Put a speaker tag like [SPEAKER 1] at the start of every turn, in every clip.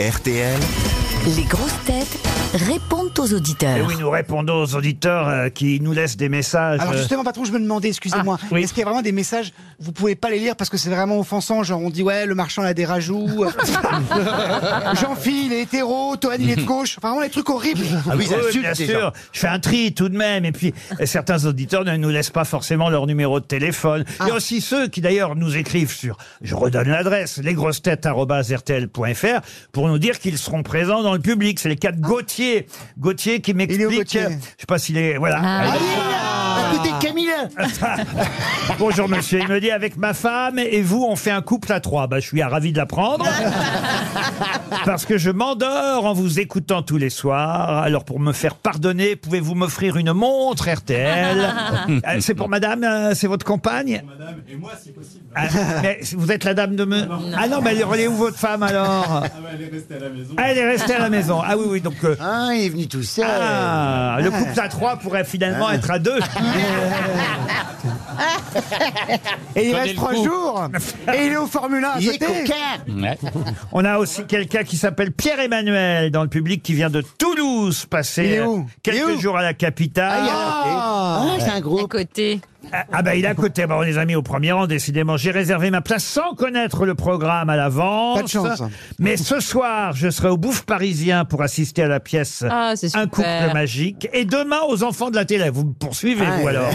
[SPEAKER 1] RTL.
[SPEAKER 2] Les grosses têtes répondent aux
[SPEAKER 3] Et
[SPEAKER 2] auditeurs.
[SPEAKER 3] Eh oui, nous répondons aux auditeurs euh, qui nous laissent des messages.
[SPEAKER 4] Alors
[SPEAKER 3] euh,
[SPEAKER 4] justement, patron, je me demandais, excusez-moi,
[SPEAKER 3] Ah, oui.
[SPEAKER 4] est-ce qu'il y a vraiment des messages Vous pouvez pas les lire parce que c'est vraiment offensant. Genre, on dit ouais, le marchand a des rajouts. Jean-Phil il est hétéro, Toine il est de gauche. Enfin, vraiment les trucs horribles.
[SPEAKER 3] oui, bien sûr. Je fais un tri tout de même. Et puis, euh, certains auditeurs ne nous laissent pas forcément leur numéro de téléphone.
[SPEAKER 4] Ah.
[SPEAKER 3] Il y a aussi ceux qui, d'ailleurs, nous écrivent sur, je redonne l'adresse, lesgrossetêtes.rtl.fr pour nous dire qu'ils seront présents dans le public. C'est le
[SPEAKER 4] Ah.
[SPEAKER 3] cas de Gauthier. Gauthier qui m'explique.
[SPEAKER 4] Gauthier.
[SPEAKER 3] euh, Je sais pas s'il est, voilà.
[SPEAKER 4] À côté de Camille.
[SPEAKER 3] Ah, Bonjour monsieur, il me dit avec ma femme et vous on fait un couple à trois. Bah, je suis ravi de l'apprendre. Parce que je m'endors en vous écoutant tous les soirs. Alors pour me faire pardonner, pouvez-vous m'offrir une montre RTL Euh, C'est pour madame, euh, c'est votre compagne
[SPEAKER 5] Madame, et moi si possible.
[SPEAKER 3] Ah, mais Vous êtes la dame de me... Ah non, mais elle est où votre femme alors
[SPEAKER 5] Ah bah, elle est restée à la maison.
[SPEAKER 3] Ah, Elle est restée à la maison. Ah oui, oui, donc... euh,
[SPEAKER 6] Ah, il est venu tout seul.
[SPEAKER 3] ah, le couple à trois pourrait
[SPEAKER 5] Ah.
[SPEAKER 3] finalement être à deux.
[SPEAKER 4] Et il
[SPEAKER 7] Prenez
[SPEAKER 4] reste
[SPEAKER 7] le
[SPEAKER 4] trois
[SPEAKER 7] coup.
[SPEAKER 4] jours. Et il est au Formule 1 à
[SPEAKER 6] Il est
[SPEAKER 4] côté.
[SPEAKER 6] coquin.
[SPEAKER 3] On a aussi quelqu'un qui s'appelle Pierre-Emmanuel dans le public qui vient de Toulouse passer
[SPEAKER 4] Il est où
[SPEAKER 3] euh, quelques
[SPEAKER 4] Il est où
[SPEAKER 3] jours à la capitale.
[SPEAKER 4] Ah,
[SPEAKER 6] Ah, c'est un
[SPEAKER 8] À
[SPEAKER 6] groupe.
[SPEAKER 8] côté.
[SPEAKER 3] Ah, ah bah il est à côté, bon, on les a mis au premier rang décidément. J'ai réservé ma place sans connaître le programme à l'avance.
[SPEAKER 4] Pas de chance.
[SPEAKER 3] Mais ce soir, je serai au Bouffe Parisien pour assister à la pièce
[SPEAKER 8] Ah, c'est
[SPEAKER 3] Un
[SPEAKER 8] super.
[SPEAKER 3] couple magique. Et demain aux enfants de la télé. Vous me poursuivez vous alors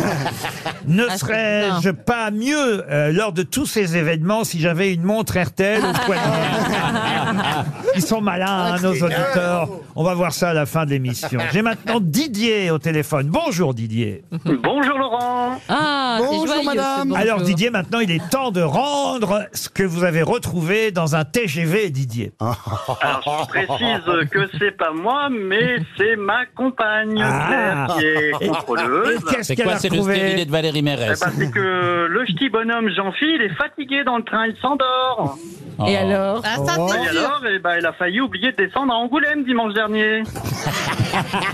[SPEAKER 3] Ne
[SPEAKER 8] Ah, c'est
[SPEAKER 3] serais-je pas mieux euh, lors de tous ces événements si j'avais une montre RTL au poignet Ils sont malins hein, nos auditeurs. On va voir ça à la fin de l'émission. J'ai maintenant Didier au téléphone. Bonjour Didier.
[SPEAKER 9] Bonjour Laurent.
[SPEAKER 8] Ah, c'est
[SPEAKER 4] Bonjour,
[SPEAKER 8] joyeux, ce
[SPEAKER 4] madame.
[SPEAKER 8] bonjour.
[SPEAKER 3] Alors Didier, maintenant il est temps de rendre ce que vous avez retrouvé dans un TGV, Didier.
[SPEAKER 9] Alors, je précise que c'est pas moi, mais c'est ma compagne
[SPEAKER 3] Ah.
[SPEAKER 9] Claire, qui est
[SPEAKER 3] Et-
[SPEAKER 9] contrôleuse.
[SPEAKER 3] et Qu'est-ce
[SPEAKER 7] C'est
[SPEAKER 3] qu'elle a
[SPEAKER 7] quoi, c'est le stérilé
[SPEAKER 3] retrouvé
[SPEAKER 7] de Valérie
[SPEAKER 9] Eh
[SPEAKER 7] Mérès
[SPEAKER 9] ben, c'est que le petit bonhomme Jean-Phil est fatigué dans le train, il s'endort.
[SPEAKER 7] Oh.
[SPEAKER 6] Ah.
[SPEAKER 8] Et alors
[SPEAKER 3] Oh.
[SPEAKER 9] Et alors, eh ben, il a failli oublier de descendre à Angoulême dimanche dernier.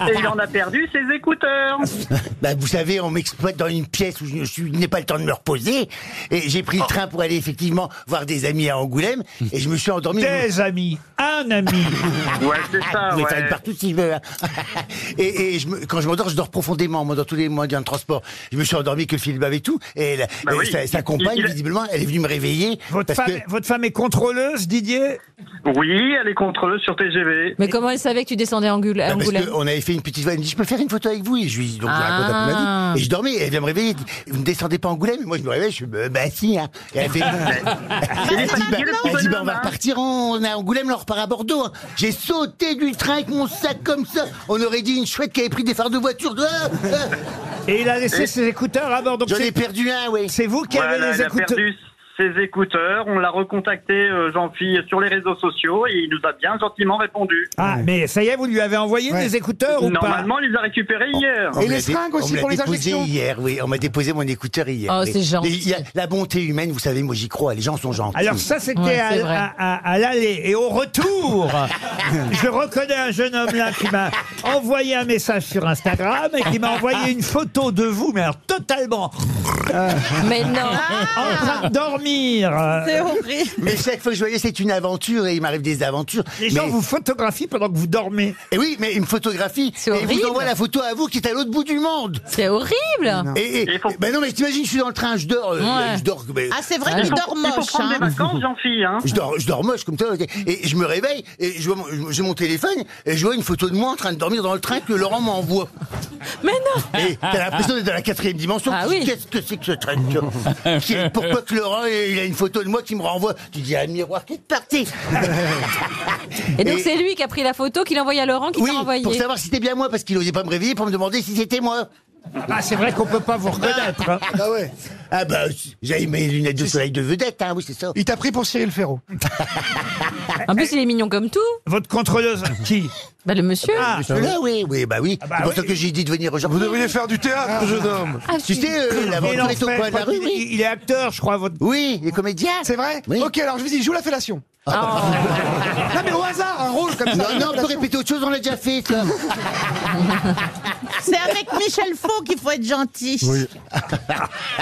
[SPEAKER 9] Et il en a perdu ses écouteurs.
[SPEAKER 6] Bah, vous savez, on m'exploite dans une pièce où je, je n'ai pas le temps de me reposer. Et j'ai pris le
[SPEAKER 9] Oh.
[SPEAKER 6] train pour aller effectivement voir des amis à Angoulême. Et je me suis endormi.
[SPEAKER 3] Des amis, un ami.
[SPEAKER 9] Ouais, c'est
[SPEAKER 6] Ah,
[SPEAKER 9] ça,
[SPEAKER 6] vous pouvez faire
[SPEAKER 9] ouais.
[SPEAKER 6] une partout s'il veut. hein. et et je me- quand je m'endors, je dors profondément, moi, dans tous les moyens de transport. Je me suis endormi que le film avait tout. Et, la-
[SPEAKER 9] Bah
[SPEAKER 6] et
[SPEAKER 9] oui.
[SPEAKER 6] sa, sa compagne,
[SPEAKER 9] Il- il-
[SPEAKER 6] visiblement, elle est venue me réveiller.
[SPEAKER 3] Votre
[SPEAKER 6] parce
[SPEAKER 3] femme,
[SPEAKER 6] que...
[SPEAKER 3] votre femme est contrôleuse, Didier
[SPEAKER 9] Oui, elle est contrôleuse sur TGV.
[SPEAKER 8] Mais comment elle savait que tu descendais à Angul- à
[SPEAKER 6] Bah, parce
[SPEAKER 8] Angoulême
[SPEAKER 6] qu'on avait fait une petite voix, elle me dit, je peux faire une photo avec vous Et je lui dis, donc je raconte un peu ma
[SPEAKER 8] Ah.
[SPEAKER 6] vie. Et je dormais, et elle vient me réveiller, elle dit, vous ne descendez pas Angoulême Et moi je me réveille, je suis, bah bah, si, hein. Et elle fait, elle dit, bah,
[SPEAKER 9] fatigué, le petit
[SPEAKER 6] elle dit, bah, on
[SPEAKER 9] bonhomme,
[SPEAKER 6] va
[SPEAKER 9] hein.
[SPEAKER 6] repartir en, à Angoulême, là, on repart à Bordeaux. hein. J'ai sauté du train avec mon sac comme ça. On aurait dit une chouette qui avait pris des phares de voiture. de- Ah, ah.
[SPEAKER 3] Et il a laissé ses écouteurs à bord. Donc
[SPEAKER 6] J'en ai
[SPEAKER 3] c'est-
[SPEAKER 6] perdu un, oui.
[SPEAKER 3] c'est vous qui
[SPEAKER 9] Voilà,
[SPEAKER 3] avez les
[SPEAKER 9] elle a
[SPEAKER 3] écouteurs.
[SPEAKER 9] perdu ses écouteurs. On l'a recontacté, euh, Jean-Phil, sur les réseaux sociaux et il nous a bien gentiment répondu.
[SPEAKER 3] Ah, mais ça y est, vous lui avez envoyé
[SPEAKER 4] Ouais.
[SPEAKER 3] des écouteurs ou pas Oh.
[SPEAKER 9] Normalement, il les a récupérés hier.
[SPEAKER 6] On
[SPEAKER 4] Et
[SPEAKER 6] me l'a
[SPEAKER 4] les
[SPEAKER 6] dé-
[SPEAKER 4] seringues
[SPEAKER 6] on
[SPEAKER 4] aussi
[SPEAKER 6] me l'a
[SPEAKER 4] pour les
[SPEAKER 6] déposé
[SPEAKER 4] injections
[SPEAKER 6] hier, oui. On m'a déposé mon écouteur hier.
[SPEAKER 8] Oh,
[SPEAKER 6] oui.
[SPEAKER 8] c'est gentil.
[SPEAKER 6] Mais il y a La bonté humaine, vous savez, moi j'y crois. Les gens sont gentils.
[SPEAKER 3] Alors ça, c'était
[SPEAKER 8] Ouais, c'est vrai.
[SPEAKER 3] à, à- à- à l'aller. Et au retour, je reconnais un jeune homme là qui m'a envoyé un message sur Instagram et qui m'a envoyé une photo de vous, mais alors totalement
[SPEAKER 8] Mais non.
[SPEAKER 3] en train de dormir. Euh,
[SPEAKER 6] Mais chaque fois que je voyais, c'est une aventure et il m'arrive des aventures.
[SPEAKER 3] Les gens
[SPEAKER 6] Mais-
[SPEAKER 3] vous photographient pendant que vous dormez.
[SPEAKER 6] Et Eh oui, mais une photographie.
[SPEAKER 8] C'est
[SPEAKER 6] Et vous
[SPEAKER 8] horrible. Ah.
[SPEAKER 6] envoie la photo à vous qui est à l'autre bout du monde.
[SPEAKER 8] C'est horrible.
[SPEAKER 6] Et, et-
[SPEAKER 9] Il faut-
[SPEAKER 6] ben non, mais t'imagines, je suis dans le train, je dors, euh,
[SPEAKER 8] Ouais.
[SPEAKER 6] je dors, ben,
[SPEAKER 10] Ah, c'est vrai
[SPEAKER 8] Ouais.
[SPEAKER 10] qu'il
[SPEAKER 9] Il faut-
[SPEAKER 10] dort
[SPEAKER 9] Il faut
[SPEAKER 10] moche,
[SPEAKER 9] prendre
[SPEAKER 10] hein.
[SPEAKER 9] des vacances, Jean-Phil. Hein.
[SPEAKER 6] je dors, je dors moche comme ça. Et je me réveille et je vois mon- je- j'ai mon téléphone et je vois une photo de moi en train de dormir dans le train que Laurent m'envoie.
[SPEAKER 8] Mais non.
[SPEAKER 6] Et t'as l'impression d'être dans la quatrième dimension.
[SPEAKER 8] Ah oui.
[SPEAKER 6] Qu'est-ce que c'est que ce train de- Qui- Pourquoi que Laurent il a une photo de moi qui me renvoie Tu dis à un miroir qui est parti.
[SPEAKER 8] Et donc
[SPEAKER 6] Et-
[SPEAKER 8] c'est lui qui a pris la photo, qui l'a envoyée à Laurent, qui
[SPEAKER 6] Oui,
[SPEAKER 8] t'a
[SPEAKER 6] pour
[SPEAKER 8] envoyée.
[SPEAKER 6] savoir si c'était bien moi parce qu'il osait pas me réveiller pour me demander si c'était moi.
[SPEAKER 3] Ah, c'est vrai qu'on peut pas vous reconnaître. hein.
[SPEAKER 6] Ah ouais Ah bah, j'avais mes lunettes de soleil de vedette, hein, oui, c'est ça.
[SPEAKER 4] Il t'a pris pour Cyril Ferraud.
[SPEAKER 8] En plus, il est mignon comme tout.
[SPEAKER 3] Votre contrôleuse qui
[SPEAKER 8] Bah, le monsieur.
[SPEAKER 3] Ah,
[SPEAKER 6] Là, oui, oui, bah oui.
[SPEAKER 3] bah
[SPEAKER 6] c'est pour
[SPEAKER 3] oui.
[SPEAKER 6] ça que j'ai dit de venir aujourd'hui.
[SPEAKER 5] faire du théâtre, jeune homme.
[SPEAKER 8] Ah,
[SPEAKER 6] Tu sais, euh,
[SPEAKER 3] il, en
[SPEAKER 6] l'aventure est au
[SPEAKER 3] fait,
[SPEAKER 6] coin de la rue,
[SPEAKER 3] il-
[SPEAKER 6] oui.
[SPEAKER 3] il est acteur, je crois. Votre...
[SPEAKER 6] Oui, les comédiens.
[SPEAKER 4] C'est vrai
[SPEAKER 6] Oui. Ah.
[SPEAKER 4] Ok, alors je vous dis, joue la fellation. non mais au hasard, un rôle comme ça.
[SPEAKER 6] Non, non, on peut répéter autre chose, on l'a déjà fait, ça.
[SPEAKER 1] C'est avec Michel Faux qu'il faut être gentil.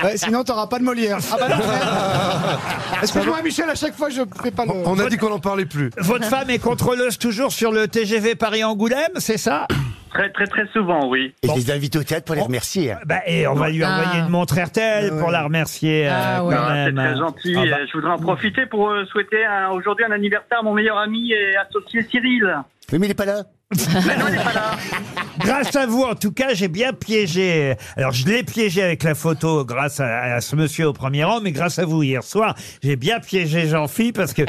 [SPEAKER 4] Ouais, sinon, t'auras pas de Molière. Ah bah non, frère. Excuse-moi, Michel, à chaque fois, je fais pas le.
[SPEAKER 5] On a dit qu'on n'en parlait plus.
[SPEAKER 3] Votre femme est contrôleuse toujours sur le TGV Paris-Angoulême, c'est ça
[SPEAKER 9] Très, très, très souvent, oui.
[SPEAKER 6] Et je les invite au théâtre pour les remercier. hein.
[SPEAKER 3] bah, Et on va lui
[SPEAKER 8] Ah.
[SPEAKER 3] envoyer une montre RTL pour la remercier. euh,
[SPEAKER 8] Ah ouais.
[SPEAKER 3] quand
[SPEAKER 9] Ah, c'est
[SPEAKER 3] même.
[SPEAKER 9] très gentil.
[SPEAKER 3] Ah bah,
[SPEAKER 9] Euh, Je voudrais en profiter pour euh, souhaiter un- aujourd'hui un anniversaire à mon meilleur ami et associé Cyril.
[SPEAKER 6] Oui, mais il n'est pas là.
[SPEAKER 9] Mais non, il n'est pas là.
[SPEAKER 3] grâce à vous, en tout cas, j'ai bien piégé. Alors, je l'ai piégé avec la photo grâce à, à ce monsieur au premier rang, mais grâce à vous hier soir, j'ai bien piégé Jean-Phi parce que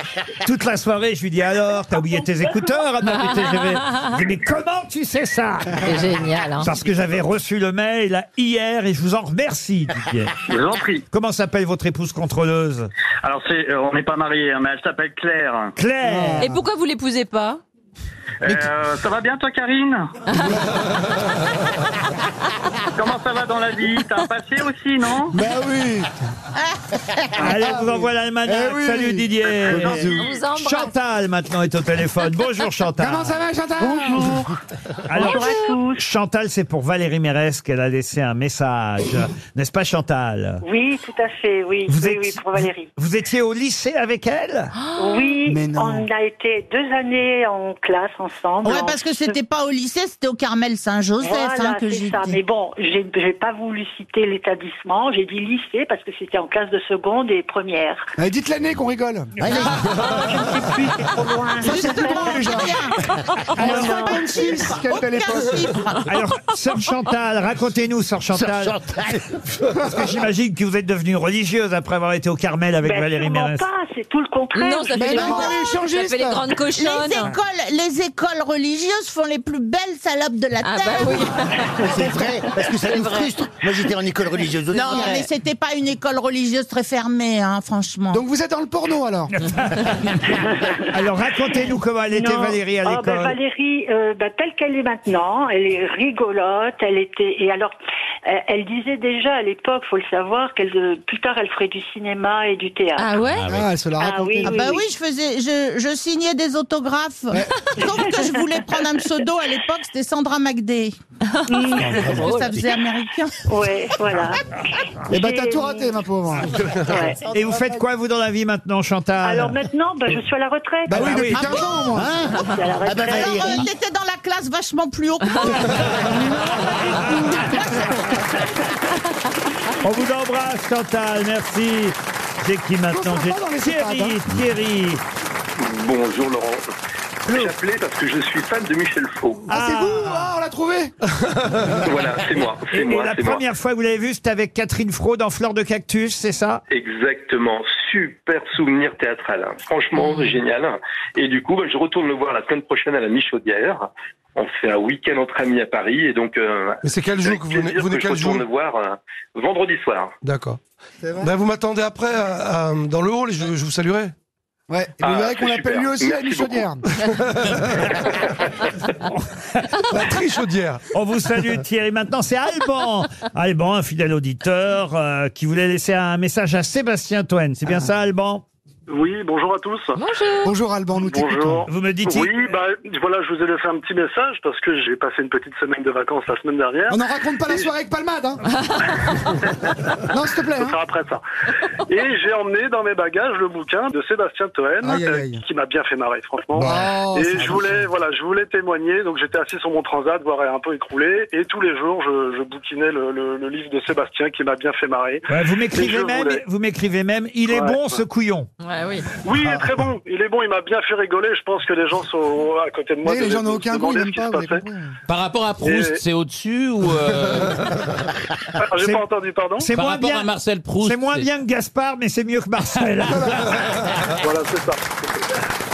[SPEAKER 3] toute la soirée, je lui dis alors, t'as oublié tes écouteurs à bord du TGV. Je lui dis, mais comment tu sais ça
[SPEAKER 8] C'est génial. Hein.
[SPEAKER 3] Parce que j'avais reçu le mail là, hier et je vous en remercie, Didier.
[SPEAKER 9] Je vous en prie.
[SPEAKER 3] Comment s'appelle votre épouse contrôleuse
[SPEAKER 9] Alors, c'est, euh, on n'est pas mariés, hein, mais elle s'appelle Claire.
[SPEAKER 3] Claire
[SPEAKER 8] Et pourquoi vous l'épousez pas
[SPEAKER 9] Euh, ça va bien, toi, Karine Comment ça va dans la vie T'as un passé aussi, non
[SPEAKER 4] Bah oui
[SPEAKER 3] Allez, on vous envoie l'almanach.
[SPEAKER 4] Eh oui.
[SPEAKER 3] Salut Didier
[SPEAKER 8] On vous embrasse.
[SPEAKER 3] Chantal maintenant est au téléphone. Bonjour Chantal.
[SPEAKER 4] Comment Ah ça va, Chantal
[SPEAKER 3] Alors, Chantal, c'est pour Valérie Mérès qu'elle a laissé un message. N'est-ce pas Chantal
[SPEAKER 7] Oui, tout à fait, oui, oui,
[SPEAKER 3] êtes-
[SPEAKER 7] oui, pour Valérie.
[SPEAKER 3] Vous étiez au lycée avec elle
[SPEAKER 1] Oh
[SPEAKER 7] oui,
[SPEAKER 4] mais non.
[SPEAKER 7] on a été deux années en classe ensemble.
[SPEAKER 1] Ouais,
[SPEAKER 7] En-
[SPEAKER 1] parce que c'était pas au lycée, c'était au Carmel Saint-Joseph
[SPEAKER 7] Voilà,
[SPEAKER 1] hein, que
[SPEAKER 7] c'est ça. Mais
[SPEAKER 1] j'étais.
[SPEAKER 7] bon, j'ai j'ai pas voulu citer l'établissement, j'ai dit lycée parce que c'était en classe de seconde et première.
[SPEAKER 4] Allez, Eh, dites l'année qu'on rigole.
[SPEAKER 6] Allez.
[SPEAKER 7] Trop
[SPEAKER 4] Ah,
[SPEAKER 7] loin.
[SPEAKER 1] Justement,
[SPEAKER 4] les gens.
[SPEAKER 1] Alors,
[SPEAKER 4] 56, quelle belle
[SPEAKER 1] aucun
[SPEAKER 4] époque.
[SPEAKER 1] chiffre.
[SPEAKER 3] Alors, sœur Chantal, racontez-nous, sœur Chantal,
[SPEAKER 6] Chantal.
[SPEAKER 3] parce que j'imagine que vous êtes devenue religieuse après avoir été au Carmel avec
[SPEAKER 7] Ben,
[SPEAKER 3] Valérie
[SPEAKER 7] sûrement
[SPEAKER 3] Mérès.
[SPEAKER 7] pas, c'est tout le contraire.
[SPEAKER 8] Non, ça fait, les,
[SPEAKER 4] non,
[SPEAKER 8] grands-
[SPEAKER 4] vous avez
[SPEAKER 8] ça
[SPEAKER 4] changé,
[SPEAKER 8] fait les
[SPEAKER 4] ça.
[SPEAKER 8] grandes cochonnes.
[SPEAKER 1] Les écoles, les écoles religieuses font les plus belles salopes de la
[SPEAKER 8] Ah bah
[SPEAKER 1] terre.
[SPEAKER 8] oui.
[SPEAKER 6] C'est vrai, parce que ça nous frustre. Moi, j'étais en école religieuse.
[SPEAKER 1] Non, mais c'était pas une école religieuse très fermée, hein, franchement.
[SPEAKER 4] Donc vous êtes dans le porno alors
[SPEAKER 3] Alors, racontez-nous comment elle était
[SPEAKER 7] Non.
[SPEAKER 3] Valérie à
[SPEAKER 7] Ah, ben,
[SPEAKER 3] l'école.
[SPEAKER 7] Valérie, euh, ben, telle qu'elle est maintenant, elle est rigolote, elle était et alors elle, elle disait déjà à l'époque, faut le savoir, qu'elle euh, plus tard elle ferait du cinéma et du théâtre.
[SPEAKER 8] Ah ouais
[SPEAKER 4] Ah, elle se l'a
[SPEAKER 7] Ah
[SPEAKER 4] raconté.
[SPEAKER 1] Ah
[SPEAKER 7] Oui,
[SPEAKER 1] bah oui,
[SPEAKER 7] oui.
[SPEAKER 1] je faisais, je, je signais des autographes. Sauf que je voulais prendre un pseudo à l'époque, c'était Sandra McDay.
[SPEAKER 8] Ah, bah
[SPEAKER 1] Parce que ça faisait américain.
[SPEAKER 7] Ouais, voilà.
[SPEAKER 4] Eh ben,
[SPEAKER 7] J'ai-
[SPEAKER 4] t'as tout raté, ma pauvre.
[SPEAKER 7] Ouais.
[SPEAKER 3] Et vous faites quoi, vous, dans la vie maintenant, Chantal
[SPEAKER 7] Alors maintenant, ben, je suis à la retraite.
[SPEAKER 4] Bah oui,
[SPEAKER 3] Ah oui.
[SPEAKER 4] depuis 15 ans, moi.
[SPEAKER 7] Je suis à la
[SPEAKER 6] Ah bah,
[SPEAKER 7] retraite.
[SPEAKER 1] Alors, euh, t'étais dans la classe vachement plus haut. que
[SPEAKER 8] Ah.
[SPEAKER 1] moi.
[SPEAKER 3] On vous embrasse, Chantal, merci. C'est qui maintenant
[SPEAKER 4] sympa
[SPEAKER 3] j'ai
[SPEAKER 4] dans les
[SPEAKER 3] Thierry,
[SPEAKER 4] EHPAD,
[SPEAKER 3] Thierry.
[SPEAKER 9] Bonjour, Laurent. J'appelais parce que je suis fan de Michel Faux.
[SPEAKER 4] Ah, c'est vous Ah, on l'a trouvé
[SPEAKER 9] Voilà, c'est moi,
[SPEAKER 3] Et, et la première fois que vous l'avez vu, c'était avec Catherine Fro dans Fleur de Cactus, c'est ça
[SPEAKER 9] Exactement, super souvenir théâtral, hein. franchement génial. Et du coup, bah, je retourne le voir la semaine prochaine à la Michaudière. On fait un week-end entre amis à Paris et donc euh,
[SPEAKER 5] Mais c'est quel jour
[SPEAKER 9] avec
[SPEAKER 5] que vous venez,
[SPEAKER 9] plaisir
[SPEAKER 5] vous venez
[SPEAKER 9] que je
[SPEAKER 5] quel jour
[SPEAKER 9] retourne le voir euh, vendredi soir.
[SPEAKER 5] D'accord.
[SPEAKER 4] vrai
[SPEAKER 5] Ben, vous m'attendez après à- à- dans le hall et je, je vous saluerai.
[SPEAKER 4] Ouais, et
[SPEAKER 9] Ah,
[SPEAKER 4] vous verrez
[SPEAKER 9] c'est
[SPEAKER 4] qu'on l'appelle
[SPEAKER 9] super.
[SPEAKER 4] lui aussi à
[SPEAKER 9] Merci
[SPEAKER 4] Michaudière.
[SPEAKER 5] Patrick Chaudière.
[SPEAKER 3] On vous salue Thierry. Maintenant, c'est Alban. Alban, un fidèle auditeur euh, qui voulait laisser un message à Sébastien Toen. C'est bien ça, Alban
[SPEAKER 9] Oui, bonjour à tous.
[SPEAKER 8] Bonjour.
[SPEAKER 4] Bonjour Alban, nous t'écoutons.
[SPEAKER 9] Bonjour.
[SPEAKER 3] Vous me dites
[SPEAKER 9] Oui, bah voilà, je vous ai laissé un petit message parce que j'ai passé une petite semaine de vacances la semaine dernière.
[SPEAKER 4] On n'en raconte pas la soirée avec Palmade, hein Non, s'il te plaît,
[SPEAKER 9] Faut
[SPEAKER 4] hein
[SPEAKER 9] faire après ça. Et j'ai emmené dans mes bagages le bouquin de Sébastien Toen,
[SPEAKER 4] Aïe, aïe,
[SPEAKER 9] euh,
[SPEAKER 4] aïe.
[SPEAKER 9] qui m'a bien fait marrer, franchement.
[SPEAKER 4] Oh, c'est
[SPEAKER 9] et
[SPEAKER 4] un
[SPEAKER 9] je
[SPEAKER 4] bon
[SPEAKER 9] voulais, voilà, je voulais témoigner. Donc j'étais assis sur mon transat, voire un peu écroulé, et tous les jours, je, je bouquinais le, le- le livre de Sébastien qui m'a bien fait marrer.
[SPEAKER 3] Ouais, vous
[SPEAKER 9] Et
[SPEAKER 3] m'écrivez
[SPEAKER 9] je
[SPEAKER 3] même,
[SPEAKER 9] voulais.
[SPEAKER 3] vous m'écrivez même, il est
[SPEAKER 9] Ouais,
[SPEAKER 3] bon
[SPEAKER 9] ouais.
[SPEAKER 3] ce couillon.
[SPEAKER 8] Ouais, oui.
[SPEAKER 9] Oui, il est très bon. Il est bon. Il m'a bien fait rigoler. Je pense que les gens sont à côté de moi.
[SPEAKER 4] Mais les
[SPEAKER 9] devaient
[SPEAKER 4] gens n'ont
[SPEAKER 9] se
[SPEAKER 4] aucun goût,
[SPEAKER 9] demander
[SPEAKER 4] ils
[SPEAKER 9] ce
[SPEAKER 4] n'aiment
[SPEAKER 9] qui
[SPEAKER 4] pas,
[SPEAKER 9] se
[SPEAKER 4] vous avez
[SPEAKER 9] passait.
[SPEAKER 4] compris.
[SPEAKER 10] Par rapport à Proust,
[SPEAKER 1] Euh,
[SPEAKER 9] Et-
[SPEAKER 10] c'est au-dessus ou euh,
[SPEAKER 9] Ah,
[SPEAKER 3] C'est-
[SPEAKER 9] J'ai pas entendu, pardon.
[SPEAKER 3] C'est
[SPEAKER 10] par
[SPEAKER 3] moins
[SPEAKER 10] rapport
[SPEAKER 3] bien.
[SPEAKER 10] à Marcel Proust
[SPEAKER 3] C'est moins bien que Gaspard, mais c'est mieux que Marcel.
[SPEAKER 9] Voilà, c'est ça.